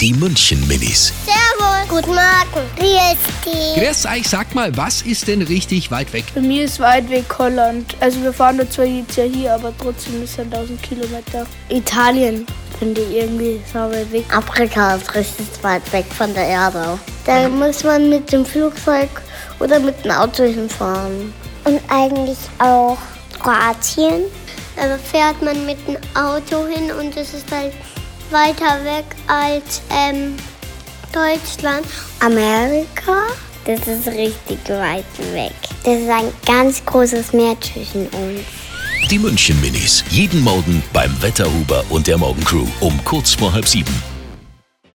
Die München Minis. Servus. Guten Morgen. Wie ist die? Grüß euch, sag mal, was ist denn richtig weit weg? Bei mir ist Weitweg Holland. Also wir fahren nur zwar jetzt ja hier, aber trotzdem ist es 1000 Kilometer. Italien finde ich irgendwie sauber weg. Afrika ist richtig weit weg von der Erde. Da muss man mit dem Flugzeug oder mit dem Auto hinfahren. Und eigentlich auch Kroatien. Da fährt man mit dem Auto hin und es ist halt weiter weg als ähm, Deutschland. Amerika? Das ist richtig weit weg. Das ist ein ganz großes Meer zwischen uns. Die München Minis. Jeden Morgen beim Wetterhuber und der Morgencrew um kurz vor halb sieben.